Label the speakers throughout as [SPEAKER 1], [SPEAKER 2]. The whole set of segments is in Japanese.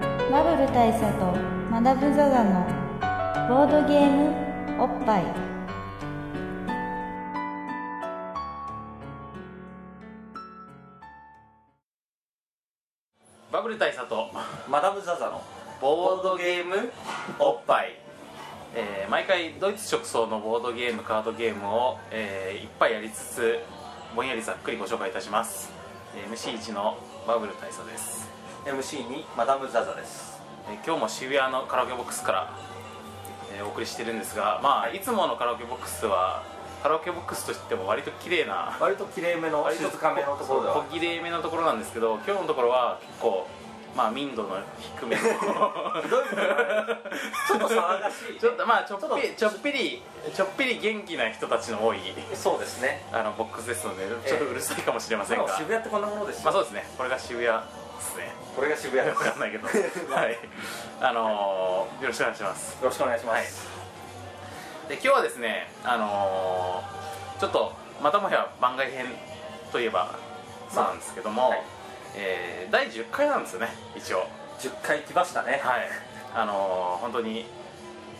[SPEAKER 1] 部大佐とマダム・ザ・ザのボードゲームおっぱい
[SPEAKER 2] バブル大佐と
[SPEAKER 3] マダム・ザ・ザのボードゲームおっぱい
[SPEAKER 2] えー毎回ドイツ直送のボードゲームカードゲームを、えーいっぱいやりつつぼんやりざっくりご紹介いたします、えー MC1 のバブル大佐です
[SPEAKER 3] MC にマダム・ザ・ザです
[SPEAKER 2] えー今日も渋谷のカラオケボックスから、えーお送りしてるんですが、まあ、いつものカラオケボックスはカラオケボックスとしても割と綺麗な
[SPEAKER 3] 割ときれいめの
[SPEAKER 2] 割と
[SPEAKER 3] 静かめのところで
[SPEAKER 2] 小
[SPEAKER 3] は
[SPEAKER 2] 小綺麗めのところなんですけど今日のところは結構、まあ、民度の低めの
[SPEAKER 3] どういうことちょっと騒が しい
[SPEAKER 2] ちょっとまあちょっぴりち
[SPEAKER 3] ち
[SPEAKER 2] ょ
[SPEAKER 3] ょ
[SPEAKER 2] っぴりちょっぴり元気な人たちの多い
[SPEAKER 3] そうですね
[SPEAKER 2] あのボックスですのでちょっとうるさいかもしれません
[SPEAKER 3] で
[SPEAKER 2] が
[SPEAKER 3] も、渋谷ってこんなものですよ
[SPEAKER 2] まあそうですねこれが渋谷ですね
[SPEAKER 3] これが渋谷で
[SPEAKER 2] わ
[SPEAKER 3] すよ
[SPEAKER 2] かんないけ どはいあのーよろしくお願いします
[SPEAKER 3] ろしくお願いします、
[SPEAKER 2] で今日はですねあのーちょっとまたもや番外編といえばそうなんですけども、
[SPEAKER 3] はい
[SPEAKER 2] えー第10回なんですよね一応
[SPEAKER 3] 10回来ましたね
[SPEAKER 2] はい、あのー本当に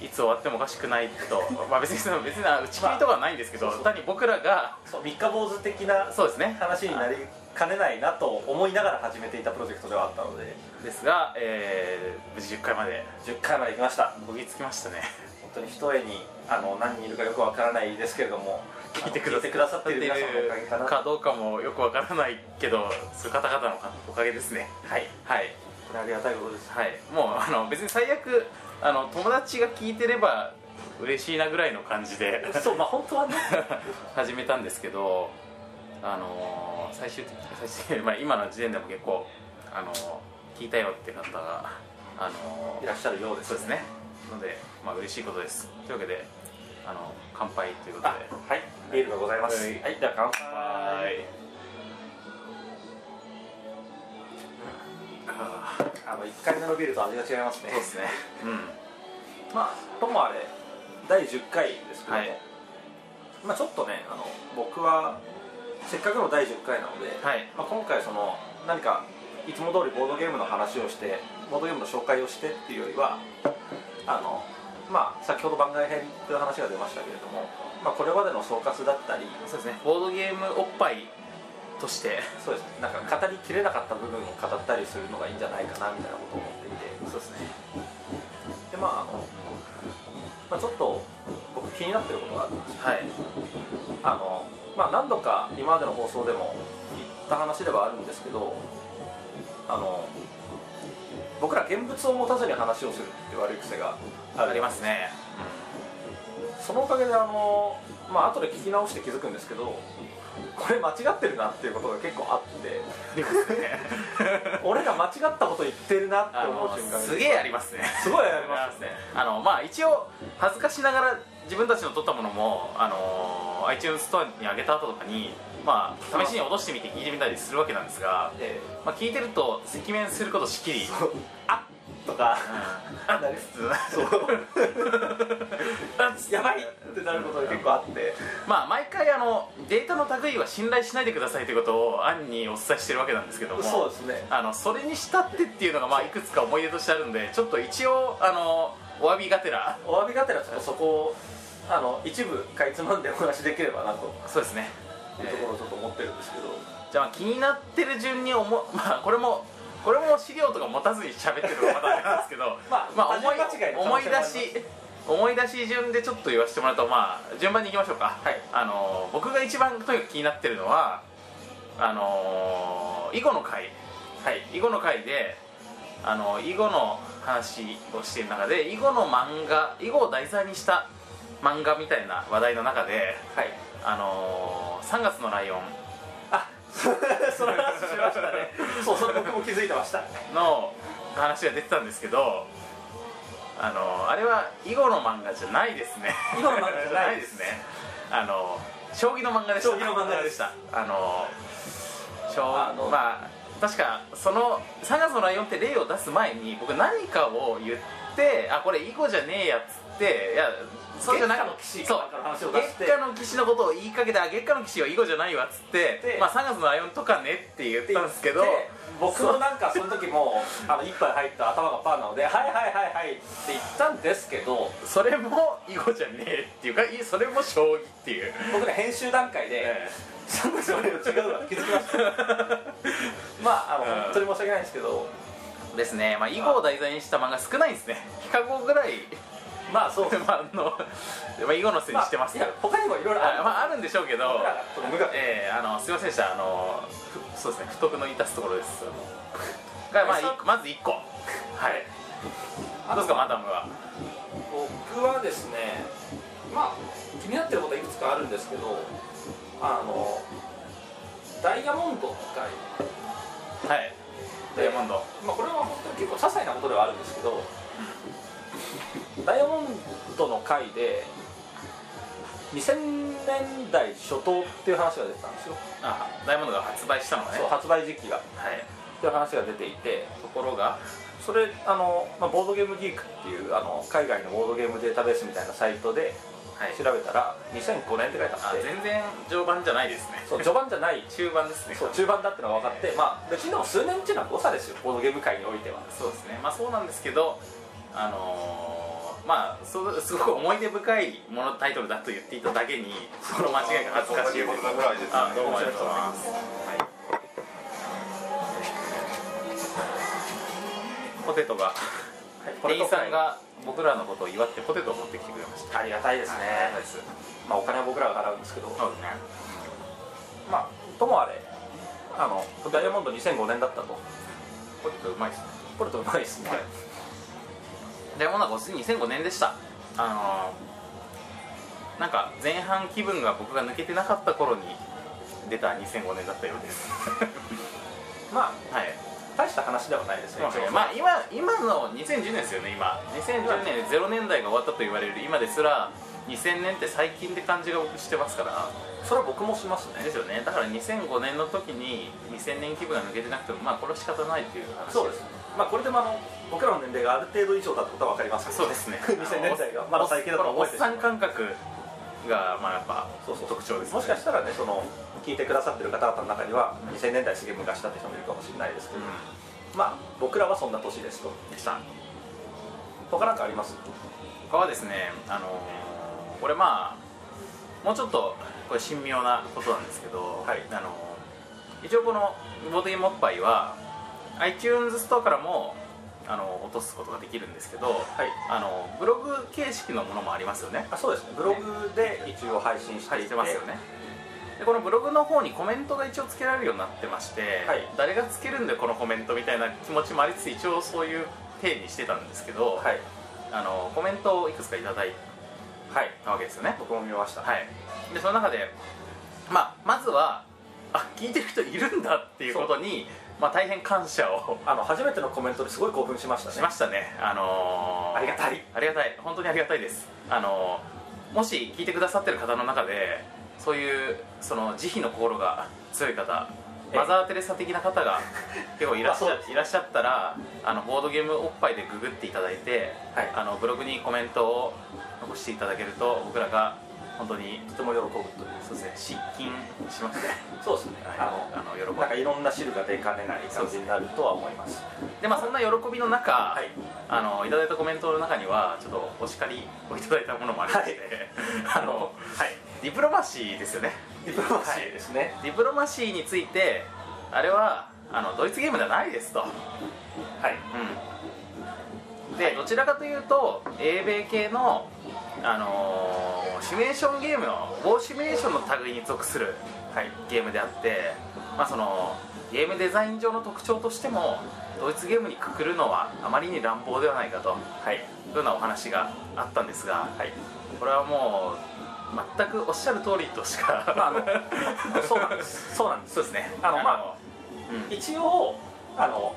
[SPEAKER 2] いつ終わってもおかしくない と、まあ、別にその別にあ打ち切りとかはないんですけど、
[SPEAKER 3] まあそうそう
[SPEAKER 2] 単に僕らが、
[SPEAKER 3] そう三日坊主的な
[SPEAKER 2] そうですね、
[SPEAKER 3] 話になりかねないなと思いながら始めていたプロジェクトではあったので
[SPEAKER 2] ですが、えー無事10回まで、
[SPEAKER 3] 10回まで来ました
[SPEAKER 2] こぎつきましたね、
[SPEAKER 3] 本当に一重にあの何人いるかよくわからないですけれども
[SPEAKER 2] 聞いて
[SPEAKER 3] あ
[SPEAKER 2] く
[SPEAKER 3] の
[SPEAKER 2] だ
[SPEAKER 3] 聞いてくださっている皆さんのおかげかな
[SPEAKER 2] かどうかもよくわからないけど、そういう方々のおかげですね。
[SPEAKER 3] はい
[SPEAKER 2] はい
[SPEAKER 3] これありがたいことです
[SPEAKER 2] はい、もうあの別に最悪あの友達が聞いてれば嬉しいなぐらいの感じで
[SPEAKER 3] そうまあ本当はね
[SPEAKER 2] 始めたんですけど、あのー最終的最終的に、まあ、今の時点でも結構、あのー聞いたよって方が、あのー
[SPEAKER 3] いらっしゃるようです
[SPEAKER 2] そうですねので、まあ嬉しいことですというわけで、あの乾杯ということ
[SPEAKER 3] あ
[SPEAKER 2] で
[SPEAKER 3] はいビールがございます
[SPEAKER 2] はい
[SPEAKER 3] はいでは乾
[SPEAKER 2] は
[SPEAKER 3] 杯
[SPEAKER 2] いあー
[SPEAKER 3] あの1回目のビールと味が違いますね
[SPEAKER 2] そうですねうん
[SPEAKER 3] まあともあれ第10回ですけども、
[SPEAKER 2] はい
[SPEAKER 3] まあちょっとねあの僕はせっかくの第10回なので、
[SPEAKER 2] はい
[SPEAKER 3] まあ、今回その何かいつも通りボードゲームの話をしてボードゲームの紹介をしてっていうよりはあのまあ先ほど番外編という話が出ましたけれども、まあ、これまでの総括だったり
[SPEAKER 2] そうですねボードゲームおっぱいとして
[SPEAKER 3] そうですねなんか語りきれなかった部分を語ったりするのがいいんじゃないかなみたいなことを思っていて
[SPEAKER 2] そうですね
[SPEAKER 3] でまああの、まあ、ちょっと僕気になってることがあるんです
[SPEAKER 2] はい
[SPEAKER 3] あの、まあ、何度か今までの放送でも言った話ではあるんですけどあの僕ら現物を持たずに話をするって悪い癖がある
[SPEAKER 2] ありますね
[SPEAKER 3] そのおかげであの、まあ後で聞き直して気づくんですけどこれ間違ってるなっていうことが結構あって
[SPEAKER 2] あります ね
[SPEAKER 3] 俺ら間違ったこと言ってるなって
[SPEAKER 2] あ
[SPEAKER 3] 思う
[SPEAKER 2] の
[SPEAKER 3] 瞬間
[SPEAKER 2] すげえありますね
[SPEAKER 3] すごいありますね
[SPEAKER 2] あのまあ一応恥ずかしながら自分たちの撮ったものもあの iTunes ストアに上げた後とかにまあ試しに落としてみて聞いてみたりするわけなんですが、
[SPEAKER 3] え
[SPEAKER 2] まあ、聞いてると赤面することしきり
[SPEAKER 3] えあっとか
[SPEAKER 2] あ
[SPEAKER 3] なり
[SPEAKER 2] つつ
[SPEAKER 3] そうやばいってなることが結構あって
[SPEAKER 2] まあ毎回あのデータの類いは信頼しないでくださいということを暗にお伝えしてるわけなんですけども
[SPEAKER 3] そうですね
[SPEAKER 2] あのそれにしたってっていうのがまあいくつか思い出としてあるんでちょっと一応あのお詫びがてら
[SPEAKER 3] お詫びがてらちょっとそこをあの一部かいつまんでお話しできればなと
[SPEAKER 2] そうですね、
[SPEAKER 3] いうところをちょっと思ってるんですけど、
[SPEAKER 2] じゃあまあ気になってる順に思 まあこれもこれも資料とか持たずに喋ってるのがまだあれですけど
[SPEAKER 3] まあ
[SPEAKER 2] 思い
[SPEAKER 3] 始まり間違いの可
[SPEAKER 2] 思
[SPEAKER 3] 能
[SPEAKER 2] い
[SPEAKER 3] 性
[SPEAKER 2] 出
[SPEAKER 3] もあります
[SPEAKER 2] し思い出し順でちょっと言わせてもらうとまあ順番にいきましょうか
[SPEAKER 3] はい
[SPEAKER 2] あのー僕が一番とにかく気になってるのはあのー囲碁の回
[SPEAKER 3] はい
[SPEAKER 2] 囲碁の回であの囲碁の話をしている中で囲碁の漫画囲碁を題材にした漫画みたいな話題の中で
[SPEAKER 3] はい
[SPEAKER 2] あのー、3月のライオン
[SPEAKER 3] あ その話しましたねそうそれ僕も気づいてました
[SPEAKER 2] の話が出てたんですけどあのー、あれは囲碁の漫画じゃないですね
[SPEAKER 3] 囲碁の漫画じゃないです
[SPEAKER 2] ね あのー、将棋の漫画でした
[SPEAKER 3] 将棋の漫画でした
[SPEAKER 2] あのー、将
[SPEAKER 3] あの
[SPEAKER 2] まあ確かその3月のライオンって例を出す前に僕何かを言っってあこれ囲碁じゃねえやっつっていやそうじゃない
[SPEAKER 3] 月下の騎士
[SPEAKER 2] そう
[SPEAKER 3] なんかの話を出して
[SPEAKER 2] 月下の騎士のことを言いかけてあ月下の騎士は囲碁じゃないわっつって
[SPEAKER 3] で
[SPEAKER 2] まあ、3月のライオンとかねって言ったんですけど
[SPEAKER 3] で僕もなんかその時もうあの一杯入った頭がパンなので「はいはいはいはい」って言ったんですけど
[SPEAKER 2] それも囲碁じゃねえっていうかいそれも将棋っていう、
[SPEAKER 3] 僕ね編集段階で
[SPEAKER 2] ええ
[SPEAKER 3] 「そんなそれ違うわ」気づきま したまああの、
[SPEAKER 2] うん
[SPEAKER 3] 本当に申し訳ないんですけど
[SPEAKER 2] ですね、まあ、囲碁を題材にした漫画少ないですね 比較ぐらい
[SPEAKER 3] まあ そうですね
[SPEAKER 2] まああの、まあ、囲碁のせいにしてますけど、
[SPEAKER 3] あいや他にもいろいろ
[SPEAKER 2] あ
[SPEAKER 3] あ
[SPEAKER 2] まあ、あるんでしょうけど
[SPEAKER 3] 僕らがちょっと無学
[SPEAKER 2] えーあのすいませんでしたあのふそうですね不徳の致すところですあのが、まあ、いまず1個はいどうですかマダムは
[SPEAKER 3] 僕はですねまあ気になってることはいくつかあるんですけどあのダイヤモンドの回
[SPEAKER 2] はいダイヤモンド
[SPEAKER 3] まあ、これは本当に結構些細なことではあるんですけどダイヤモンドの回で2000年代初頭っていう話が出てたんですよ、
[SPEAKER 2] あダイヤモンドが発売したのね
[SPEAKER 3] そう発売時期がっ
[SPEAKER 2] はい
[SPEAKER 3] ていう話が出ていて
[SPEAKER 2] ところが
[SPEAKER 3] それあの、まあ、ボードゲームギークっていうあの海外のボードゲームデータベースみたいなサイトで
[SPEAKER 2] はい
[SPEAKER 3] 調べたら2005年って書いてあ
[SPEAKER 2] あ
[SPEAKER 3] って
[SPEAKER 2] 全然序盤じゃないですね
[SPEAKER 3] そう序盤じゃない
[SPEAKER 2] 中盤ですね
[SPEAKER 3] そう中盤だってのが分かってまあ別にでも数年っていうのは誤差ですよボードゲーム界においては
[SPEAKER 2] そうですねまあそうなんですけどあのーまあそうすごく思い出深いものタイトルだと言っていただけにその間違いが恥ずかしいですあどうもありがとうございます、はい、ポテトが
[SPEAKER 3] はいこれ
[SPEAKER 2] 店員
[SPEAKER 3] とか
[SPEAKER 2] さんが僕らのことを祝ってポテトを持ってきてくれました
[SPEAKER 3] ありがたいですね
[SPEAKER 2] ありがたいです
[SPEAKER 3] まあお金は僕らが払うんですけど
[SPEAKER 2] そうですね
[SPEAKER 3] まあともあれあのダイヤモンド2005年だったと
[SPEAKER 2] ポテトうまいですね
[SPEAKER 3] ポルトうまいですね
[SPEAKER 2] ダイヤモンドは2005年でしたあのーなんか前半気分が僕が抜けてなかった頃に出た2005年だったようです
[SPEAKER 3] まあ
[SPEAKER 2] はい
[SPEAKER 3] 大した話ではないですね一応
[SPEAKER 2] まあ今今の2010年ですよね今2010年0年代が終わったと言われる今ですら2000年って最近って感じが僕してますから
[SPEAKER 3] それは僕もしますね
[SPEAKER 2] ですよねだから2005年の時に2000年気分が抜けてなくてもまあこれは仕方ないという話
[SPEAKER 3] そうですまあこれでもあの僕らの年齢がある程度以上だってことは分かりますけ
[SPEAKER 2] そ
[SPEAKER 3] ど
[SPEAKER 2] うです ね
[SPEAKER 3] 2000年代がまだ最近だと思え
[SPEAKER 2] お
[SPEAKER 3] てし
[SPEAKER 2] っ
[SPEAKER 3] ま
[SPEAKER 2] さ
[SPEAKER 3] うん
[SPEAKER 2] 感覚がまあやっぱ
[SPEAKER 3] そうそう
[SPEAKER 2] 特徴ですね
[SPEAKER 3] もしかしたらねその聞いてくださってる方々の中には2000年代すげえ昔だって人もいるかもしれないですけど、
[SPEAKER 2] う
[SPEAKER 3] まあ僕らはそんな年ですと
[SPEAKER 2] んでした
[SPEAKER 3] 他なんかあります
[SPEAKER 2] 他はですねあのーこれまあもうちょっとこれ神妙なことなんですけど、
[SPEAKER 3] はい
[SPEAKER 2] あのー一応このボードゲームおっぱいは iTunes ストアからもあのー落とすことができるんですけど、
[SPEAKER 3] はい
[SPEAKER 2] あのーブログ形式のものもありますよね
[SPEAKER 3] あそうですねブログで一応配信して
[SPEAKER 2] 配
[SPEAKER 3] い
[SPEAKER 2] 信し
[SPEAKER 3] て
[SPEAKER 2] てますよねでこのブログの方にコメントが一応つけられるようになってまして、
[SPEAKER 3] はい
[SPEAKER 2] 誰がつけるんだよこのコメントみたいな気持ちもありつつ一応そういう体にしてたんですけど、
[SPEAKER 3] はい
[SPEAKER 2] あのーコメントをいくつかいただい
[SPEAKER 3] はい
[SPEAKER 2] たわけですよね
[SPEAKER 3] 僕も見ました、
[SPEAKER 2] はい、でその中で、まあ、まずはあ聞いてる人いるんだっていうことに、まあ、大変感謝を
[SPEAKER 3] あの初めてのコメントですごい興奮しましたね
[SPEAKER 2] しましたね、あのー
[SPEAKER 3] ありがたい
[SPEAKER 2] ありがたい本当にありがたいです、あのーもし聞いてくださってる方の中でそういうその慈悲の心が強い方
[SPEAKER 3] ええ
[SPEAKER 2] マザー・テレサ的な方 が結構いらっし
[SPEAKER 3] まあ
[SPEAKER 2] ゃ
[SPEAKER 3] そうです
[SPEAKER 2] いらっしゃったらあのボードゲームおっぱいでググっていただいて、
[SPEAKER 3] はい
[SPEAKER 2] あのブログにコメントを残していただけると僕らが本当に
[SPEAKER 3] とても喜ぶという
[SPEAKER 2] そうですね、失禁しまして、
[SPEAKER 3] そうですね
[SPEAKER 2] あ
[SPEAKER 3] あ
[SPEAKER 2] の
[SPEAKER 3] の
[SPEAKER 2] 喜
[SPEAKER 3] なんか
[SPEAKER 2] び
[SPEAKER 3] いろんな汁が出かねない感じになるとは思います
[SPEAKER 2] で、まあ、そんな喜びの中、
[SPEAKER 3] い
[SPEAKER 2] あのいただいたコメントの中には、ちょっとお叱りをいただいたものもありまして、 あの
[SPEAKER 3] はい
[SPEAKER 2] ディプロマシーですよね、
[SPEAKER 3] ディプロマシーですね、
[SPEAKER 2] ディプロマシーについて、あれはあのドイツゲームではないですと、
[SPEAKER 3] はい
[SPEAKER 2] うん、でどちらかというと、英米系の、あのーシミュレーションゲームの、棒シミュレーションの類に属する。
[SPEAKER 3] はい
[SPEAKER 2] ゲームであって、まあ、そのゲームデザイン上の特徴としてもドイツゲームにくくるのはあまりに乱暴ではないかと
[SPEAKER 3] はい
[SPEAKER 2] いうようなお話があったんですが
[SPEAKER 3] はい
[SPEAKER 2] これはもう全くおっしゃる通りとしか、
[SPEAKER 3] まああのそうなん ですそうなんです
[SPEAKER 2] そうですね
[SPEAKER 3] あのまあ
[SPEAKER 2] うん
[SPEAKER 3] 一応あの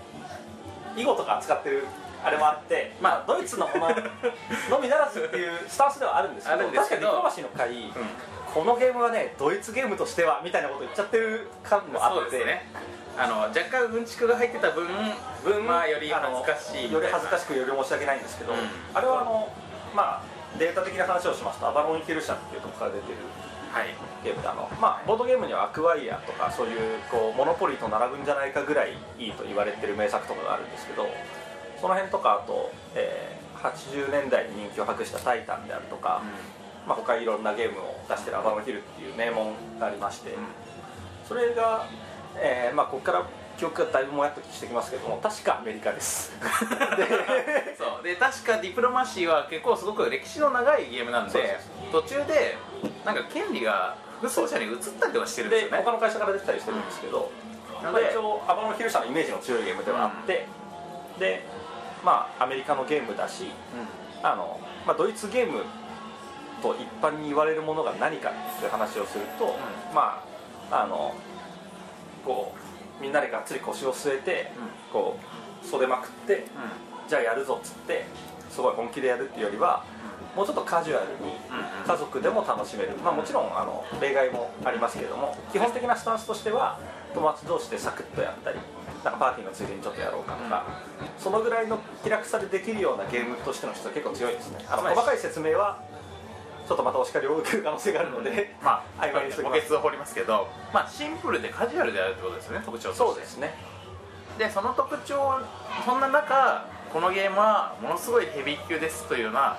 [SPEAKER 3] 囲碁とか扱ってるあれもあって、
[SPEAKER 2] ま
[SPEAKER 3] ま
[SPEAKER 2] あ
[SPEAKER 3] あ、ドイツのも ののみならずっていうスタンスではあるんですけ
[SPEAKER 2] ある
[SPEAKER 3] ど
[SPEAKER 2] んですけ
[SPEAKER 3] 確か
[SPEAKER 2] ど
[SPEAKER 3] にディプロマシーの回、このゲームはねドイツゲームとしてはみたいなこと言っちゃってる感もあ
[SPEAKER 2] そ
[SPEAKER 3] っ
[SPEAKER 2] う
[SPEAKER 3] て
[SPEAKER 2] ですねあの若干うんちくが入ってた分
[SPEAKER 3] 分
[SPEAKER 2] まあより恥ずかしいみたいな
[SPEAKER 3] より恥ずかしくより申し訳ないんですけど、
[SPEAKER 2] うん
[SPEAKER 3] あれはあのまあデータ的な話をしますとアバロン・イケル社っていうところから出てる
[SPEAKER 2] はい
[SPEAKER 3] ゲームであの、まあ、ボードゲームにはアクワイアとかそういうこうモノポリーと並ぶんじゃないかぐらいいいと言われてる名作とかがあるんですけどその辺とかあと、えー80年代に人気を博した「タイタン」であるとか、まあ、他いろんなゲームを出してるアバロンヒルっていう名門がありまして、それが、えーまあ、ここから記憶がだいぶもやっとしてきますけども確かアメリカですで
[SPEAKER 2] そうで確かディプロマシーは結構すごく歴史の長いゲームなん
[SPEAKER 3] そう
[SPEAKER 2] で途中でなんか権利が複数社に移ったりはしてるんですよ
[SPEAKER 3] で
[SPEAKER 2] ね
[SPEAKER 3] 他の会社から出てたりしてるんですけど、
[SPEAKER 2] な
[SPEAKER 3] なんん
[SPEAKER 2] で
[SPEAKER 3] か一応アバロンヒル社のイメージの強いゲームではあって、でまあアメリカのゲームだしあの、まあ、ドイツゲームと一般に言われるものが何かっていう話をすると、
[SPEAKER 2] ん
[SPEAKER 3] まああのこうみんなでがっつり腰を据えて、
[SPEAKER 2] う
[SPEAKER 3] こう袖まくって
[SPEAKER 2] うんうん
[SPEAKER 3] じゃあやるぞっつってすごい本気でやるっていうよりはもうちょっとカジュアルに
[SPEAKER 2] うん
[SPEAKER 3] 家族でも楽しめる、まあ、もちろんあの例外もありますけれども基本的なスタンスとしては友達同士でサクッとやったりなんかパーティーのついでにちょっとやろうかとか、そのぐらいの気楽さでできるようなゲームとしての人は結構強いですねあの
[SPEAKER 2] はい
[SPEAKER 3] 細かい説明はちょっとまたお叱りを受ける可能性があるので、
[SPEAKER 2] まあ
[SPEAKER 3] 曖昧にしとき
[SPEAKER 2] 補
[SPEAKER 3] ます
[SPEAKER 2] 欠を掘りますけどまあシンプルでカジュアルであるってことですよね特徴として
[SPEAKER 3] そうですね
[SPEAKER 2] でその特徴そんな中このゲームはものすごいヘビー級ですというような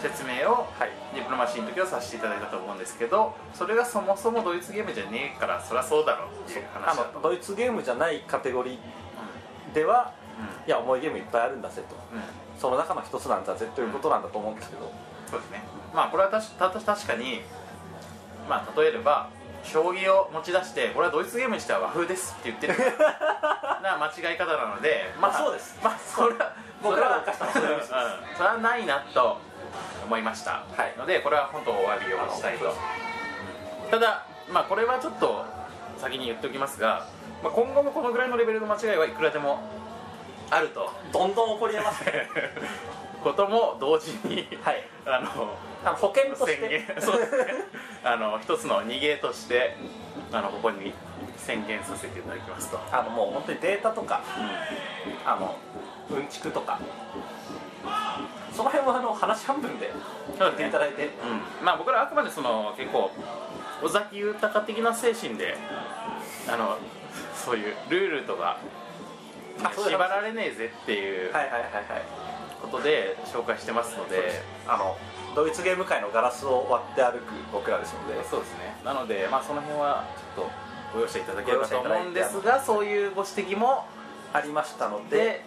[SPEAKER 2] 説明を
[SPEAKER 3] はい
[SPEAKER 2] ディプロマシーの時はさせていただいたと思うんですけどそれがそもそもドイツゲームじゃねえからそりゃそうだろうっていう
[SPEAKER 3] あ
[SPEAKER 2] 話だと
[SPEAKER 3] のドイツゲームじゃないカテゴリーでは、いや重いゲームいっぱいあるんだぜと
[SPEAKER 2] うんうん
[SPEAKER 3] その中の一つなんだぜということなんだと思うんですけど、
[SPEAKER 2] そうですねまあこれはたしたた確かにまあ例えれば将棋を持ち出してこれはドイツゲームにしては和風ですって言ってる な間違い方なのでまあ
[SPEAKER 3] まあそうです
[SPEAKER 2] まあそれは
[SPEAKER 3] 僕らが犯
[SPEAKER 2] それは
[SPEAKER 3] したのはそういうミスです
[SPEAKER 2] うんそれはないなと思いました、
[SPEAKER 3] はい
[SPEAKER 2] のでこれは本当お詫びをしたいとただまあこれはちょっと先に言っておきますが、まあ、今後もこのぐらいのレベルの間違いはいくらでもある と
[SPEAKER 3] どんどん起こりえますね
[SPEAKER 2] ことも同時に
[SPEAKER 3] はい
[SPEAKER 2] あの
[SPEAKER 3] あの保険とし
[SPEAKER 2] 宣
[SPEAKER 3] て
[SPEAKER 2] 言そうですねあの一つの逃げとしてあのここに宣言させていただきますと、
[SPEAKER 3] あのもう本当にデータとかあのうんちくとかその辺はあの話半分で
[SPEAKER 2] そう
[SPEAKER 3] 聞
[SPEAKER 2] です
[SPEAKER 3] いてい
[SPEAKER 2] ね
[SPEAKER 3] ただいて、
[SPEAKER 2] うんまあ僕らはあくまでその結構尾崎豊的な精神であのそういうルールとか
[SPEAKER 3] あそうです
[SPEAKER 2] 縛られねえぜっていう
[SPEAKER 3] はいはいはいはい
[SPEAKER 2] ことで紹介してますので、
[SPEAKER 3] あのドイツゲーム界のガラスを割って歩く僕らですので
[SPEAKER 2] そうですねなのでまあその辺はちょっとご容赦いただければと
[SPEAKER 3] ご容赦いただい
[SPEAKER 2] 思
[SPEAKER 3] て
[SPEAKER 2] うんですがそういうご指摘も
[SPEAKER 3] ありましたので
[SPEAKER 2] で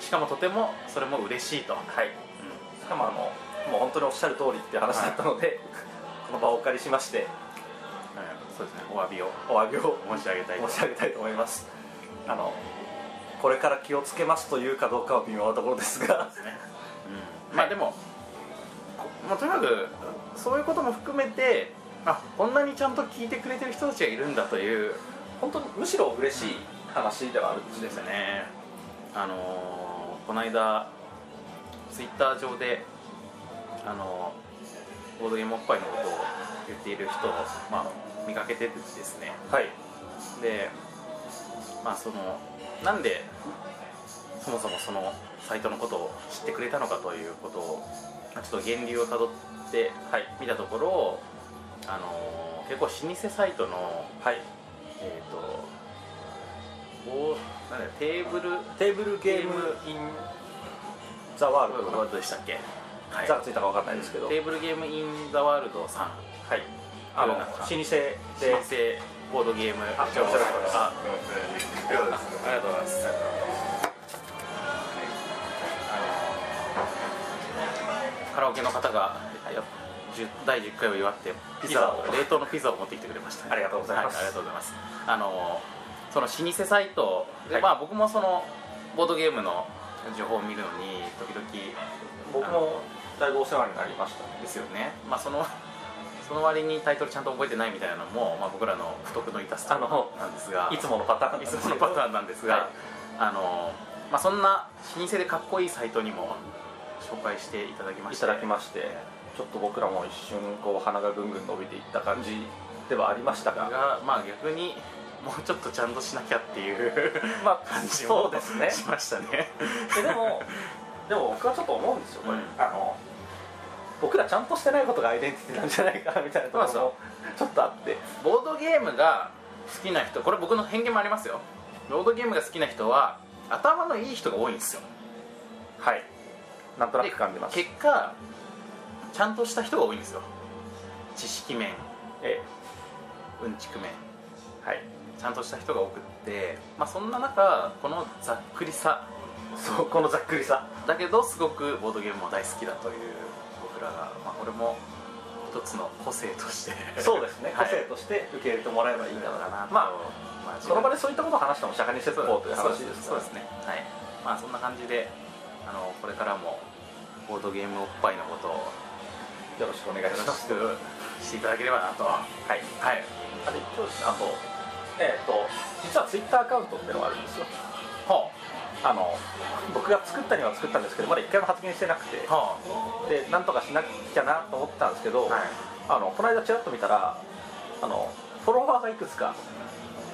[SPEAKER 2] しかもとてもそれも嬉しいとはい、
[SPEAKER 3] しかもあのもう本当におっしゃる通りっていう話だったので、 この場をお借りしまして
[SPEAKER 2] そうですねお詫びを
[SPEAKER 3] お詫びを
[SPEAKER 2] 申し上げたいと
[SPEAKER 3] 申し上げたいと思いますあのこれから気をつけますというかどうかは微妙なところですが
[SPEAKER 2] まあでも、こもうとにかくそういうことも含めてあこんなにちゃんと聞いてくれてる人たちがいるんだという
[SPEAKER 3] 本当にむしろ嬉しい話ではあるんですね
[SPEAKER 2] ですねあのーこの間ツイッター上であのーボードゲームおっぱいのことを言っている人を、まあ、見かけてですね
[SPEAKER 3] はい
[SPEAKER 2] でまあそのなんでそもそもそのサイトのことを知ってくれたのかということをまあちょっと源流をたどって、はい、見たところあのー結構老舗サイトの
[SPEAKER 3] はい
[SPEAKER 2] えっ、とおなんだテーブル
[SPEAKER 3] テーブルゲームインザ
[SPEAKER 2] あ
[SPEAKER 3] ワ
[SPEAKER 2] れ
[SPEAKER 3] ール
[SPEAKER 2] は
[SPEAKER 3] ド
[SPEAKER 2] どうでしたっけ、はい
[SPEAKER 3] ザがついたかわかんないですけど、
[SPEAKER 2] テーブルゲームインザワールドさん
[SPEAKER 3] はいあの
[SPEAKER 2] なん
[SPEAKER 3] 老
[SPEAKER 2] か
[SPEAKER 3] 舗で
[SPEAKER 2] 老舗ボードゲーム
[SPEAKER 3] あじゃあお疲れ様です
[SPEAKER 2] あ
[SPEAKER 4] いやです
[SPEAKER 2] ありがとうございます。あのカラオケの方がや10第10回を祝ってピザを
[SPEAKER 3] ピザを
[SPEAKER 2] 冷凍のピザを持ってきてくれました、
[SPEAKER 3] ありがとうございます
[SPEAKER 2] はありがとうございます。あのその老舗サイトで、
[SPEAKER 3] はい
[SPEAKER 2] まあ僕もそのボードゲームの情報を見るのに時々
[SPEAKER 3] 僕もだいぶお世話になりました
[SPEAKER 2] ですよね。まあそのその割にタイトルちゃんと覚えてないみたいなのも、まあ、僕らの不徳の致すところなんですが
[SPEAKER 3] いつものパターン
[SPEAKER 2] いつものパターンなんですが、
[SPEAKER 3] はい
[SPEAKER 2] あのまあ、そんな老舗でかっこいいサイトにも紹介していただきま
[SPEAKER 3] い
[SPEAKER 2] して
[SPEAKER 3] ただきましてちょっと僕らも一瞬こう鼻がぐんぐん伸びていった感じではありましたが
[SPEAKER 2] がまあ逆にもうちょっとちゃんとしなきゃっていう
[SPEAKER 3] まあ
[SPEAKER 2] 感じ
[SPEAKER 3] そ
[SPEAKER 2] も
[SPEAKER 3] うですね
[SPEAKER 2] しましたね
[SPEAKER 3] えでもでも僕はちょっと思うんですよこれ、
[SPEAKER 2] うん
[SPEAKER 3] あの僕らちゃんとしてないことがアイデンティティなんじゃないかみたいなところ
[SPEAKER 2] そうそ
[SPEAKER 3] もちょっとあって
[SPEAKER 2] ボードゲームが好きな人これ僕の偏見もありますよボードゲームが好きな人は頭のいい人が多いんですよ
[SPEAKER 3] はいなんとな
[SPEAKER 2] で
[SPEAKER 3] く感じます
[SPEAKER 2] 結果ちゃんとした人が多いんですよ知識面
[SPEAKER 3] え
[SPEAKER 2] うんちく面
[SPEAKER 3] えはい
[SPEAKER 2] ちゃんとした人が多くって、まあ、そんな中このざっくりさ
[SPEAKER 3] そうこのざっくりさ
[SPEAKER 2] だけどすごくボードゲームも大好きだという僕らが、まあ、これも一つの個性として
[SPEAKER 3] そうですね
[SPEAKER 2] は
[SPEAKER 3] 個
[SPEAKER 2] い
[SPEAKER 3] 性として受け入れてもらえばいいんだろうな、まあ
[SPEAKER 2] まあ
[SPEAKER 3] その場でそういったことを話しても釈迦に説法という話ですか
[SPEAKER 2] そう
[SPEAKER 3] ら
[SPEAKER 2] ですねはいまあそんな感じであのこれからもボードゲームおっぱいのことをよ
[SPEAKER 3] よろしくお願い
[SPEAKER 2] ろ
[SPEAKER 3] し
[SPEAKER 2] し
[SPEAKER 3] ます
[SPEAKER 2] くしていただければなとはいはい
[SPEAKER 3] あと一応ですねあとえっ、と実はツイッターアカウントっていうのがあるんですよ
[SPEAKER 2] ほ
[SPEAKER 3] あの僕が作ったには作ったんですけどまだ一回も発言してなくて
[SPEAKER 2] うほ
[SPEAKER 3] でなんとかしなきゃなと思ったんですけど、
[SPEAKER 2] うはい
[SPEAKER 3] あのこの間ちらっと見たらあのフォロワーがいくつか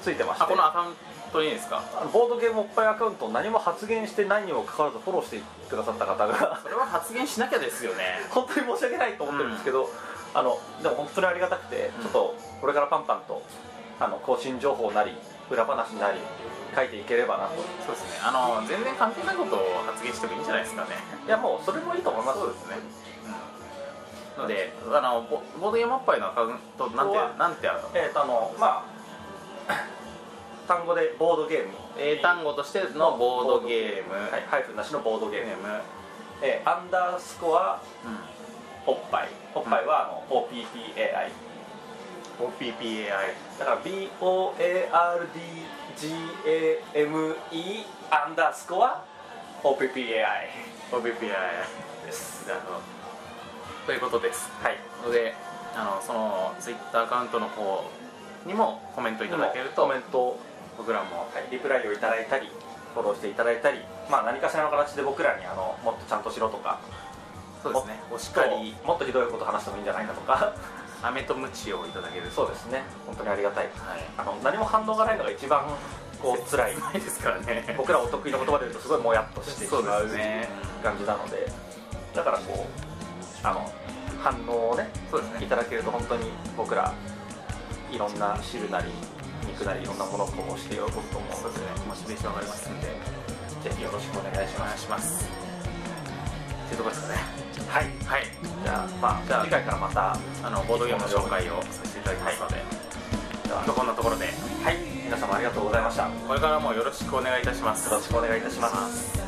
[SPEAKER 3] ついてまして
[SPEAKER 2] あこのアカウントにですか
[SPEAKER 3] あのボードゲームおっぱいアカウントを何も発言してないにもかかわらずフォローしてくださった方が
[SPEAKER 2] それは発言しなきゃですよね
[SPEAKER 3] 本当に申し訳ないと思ってるんですけど、あのでも本当にありがたくて、
[SPEAKER 2] うん
[SPEAKER 3] ちょっとこれからパンパンとあの更新情報なり裏話なり書いていければなと
[SPEAKER 2] そうですねあの全然関係ないことを発言してもいいんじゃないですかね
[SPEAKER 3] いやもうそれもいいと思います
[SPEAKER 2] そうですねのであのボボードゲームおっぱいのアカウントなん
[SPEAKER 3] ここは
[SPEAKER 2] てなんてあるの
[SPEAKER 3] えっ、とあのまあ 単語でボードゲーム
[SPEAKER 2] 英単語としてのボードゲーム
[SPEAKER 3] はい、ハイフンなしのボードゲ
[SPEAKER 2] ゲ
[SPEAKER 3] ー
[SPEAKER 2] ー
[SPEAKER 3] ム、
[SPEAKER 2] ム、
[SPEAKER 3] えーアンダースコア
[SPEAKER 2] うん
[SPEAKER 3] おっぱいおっぱいはあの OPPAI
[SPEAKER 2] OPPAI
[SPEAKER 3] だから BOARDGAME アンダースコア OPPAI
[SPEAKER 2] OPPAI
[SPEAKER 3] です
[SPEAKER 2] あのということです
[SPEAKER 3] はい
[SPEAKER 2] のであのその Twitter アカウントの方にもコメントいただける
[SPEAKER 3] コ
[SPEAKER 2] と
[SPEAKER 3] メント、
[SPEAKER 2] 僕らも
[SPEAKER 3] はい、リプライをいただいたりフォローしていただいたり、まあ、何かしらの形で僕らにあのもっとちゃんとしろとか
[SPEAKER 2] そうですねお
[SPEAKER 3] しっ
[SPEAKER 2] 叱
[SPEAKER 3] か
[SPEAKER 2] り
[SPEAKER 3] りもっとひどいこと話してもいいんじゃないかとか
[SPEAKER 2] 飴とムチをいただける
[SPEAKER 3] そうですね本当にありがたい
[SPEAKER 2] はい
[SPEAKER 3] あの何も反応がないのが一番こう辛い
[SPEAKER 2] ないですからね
[SPEAKER 3] 僕らお得意の言葉で言うとすごいもやっとしてしまう
[SPEAKER 2] そうですね
[SPEAKER 3] 感じなのでだからこうあの反応をね
[SPEAKER 2] そうです
[SPEAKER 3] い
[SPEAKER 2] ね
[SPEAKER 3] ただけると本当に僕らいろんな汁なり肉なりいろんなものをこうして喜ぶと思う
[SPEAKER 2] そう
[SPEAKER 3] の
[SPEAKER 2] で
[SPEAKER 3] です
[SPEAKER 2] ねモチベーション上がりますんで
[SPEAKER 3] ぜひよろしくお願いし
[SPEAKER 2] お願
[SPEAKER 3] ま
[SPEAKER 2] い
[SPEAKER 3] す
[SPEAKER 2] しますっていうところですかね
[SPEAKER 3] はい
[SPEAKER 2] はい
[SPEAKER 3] じゃあまあじゃあ次回からまたは
[SPEAKER 2] あのボードゲームの紹介をさせていただきますので、
[SPEAKER 3] では
[SPEAKER 2] 今日こんなところで
[SPEAKER 3] い皆様ありがとうございましたよ
[SPEAKER 2] これからもよろしくお願いいたします
[SPEAKER 3] ろしくお願いいたします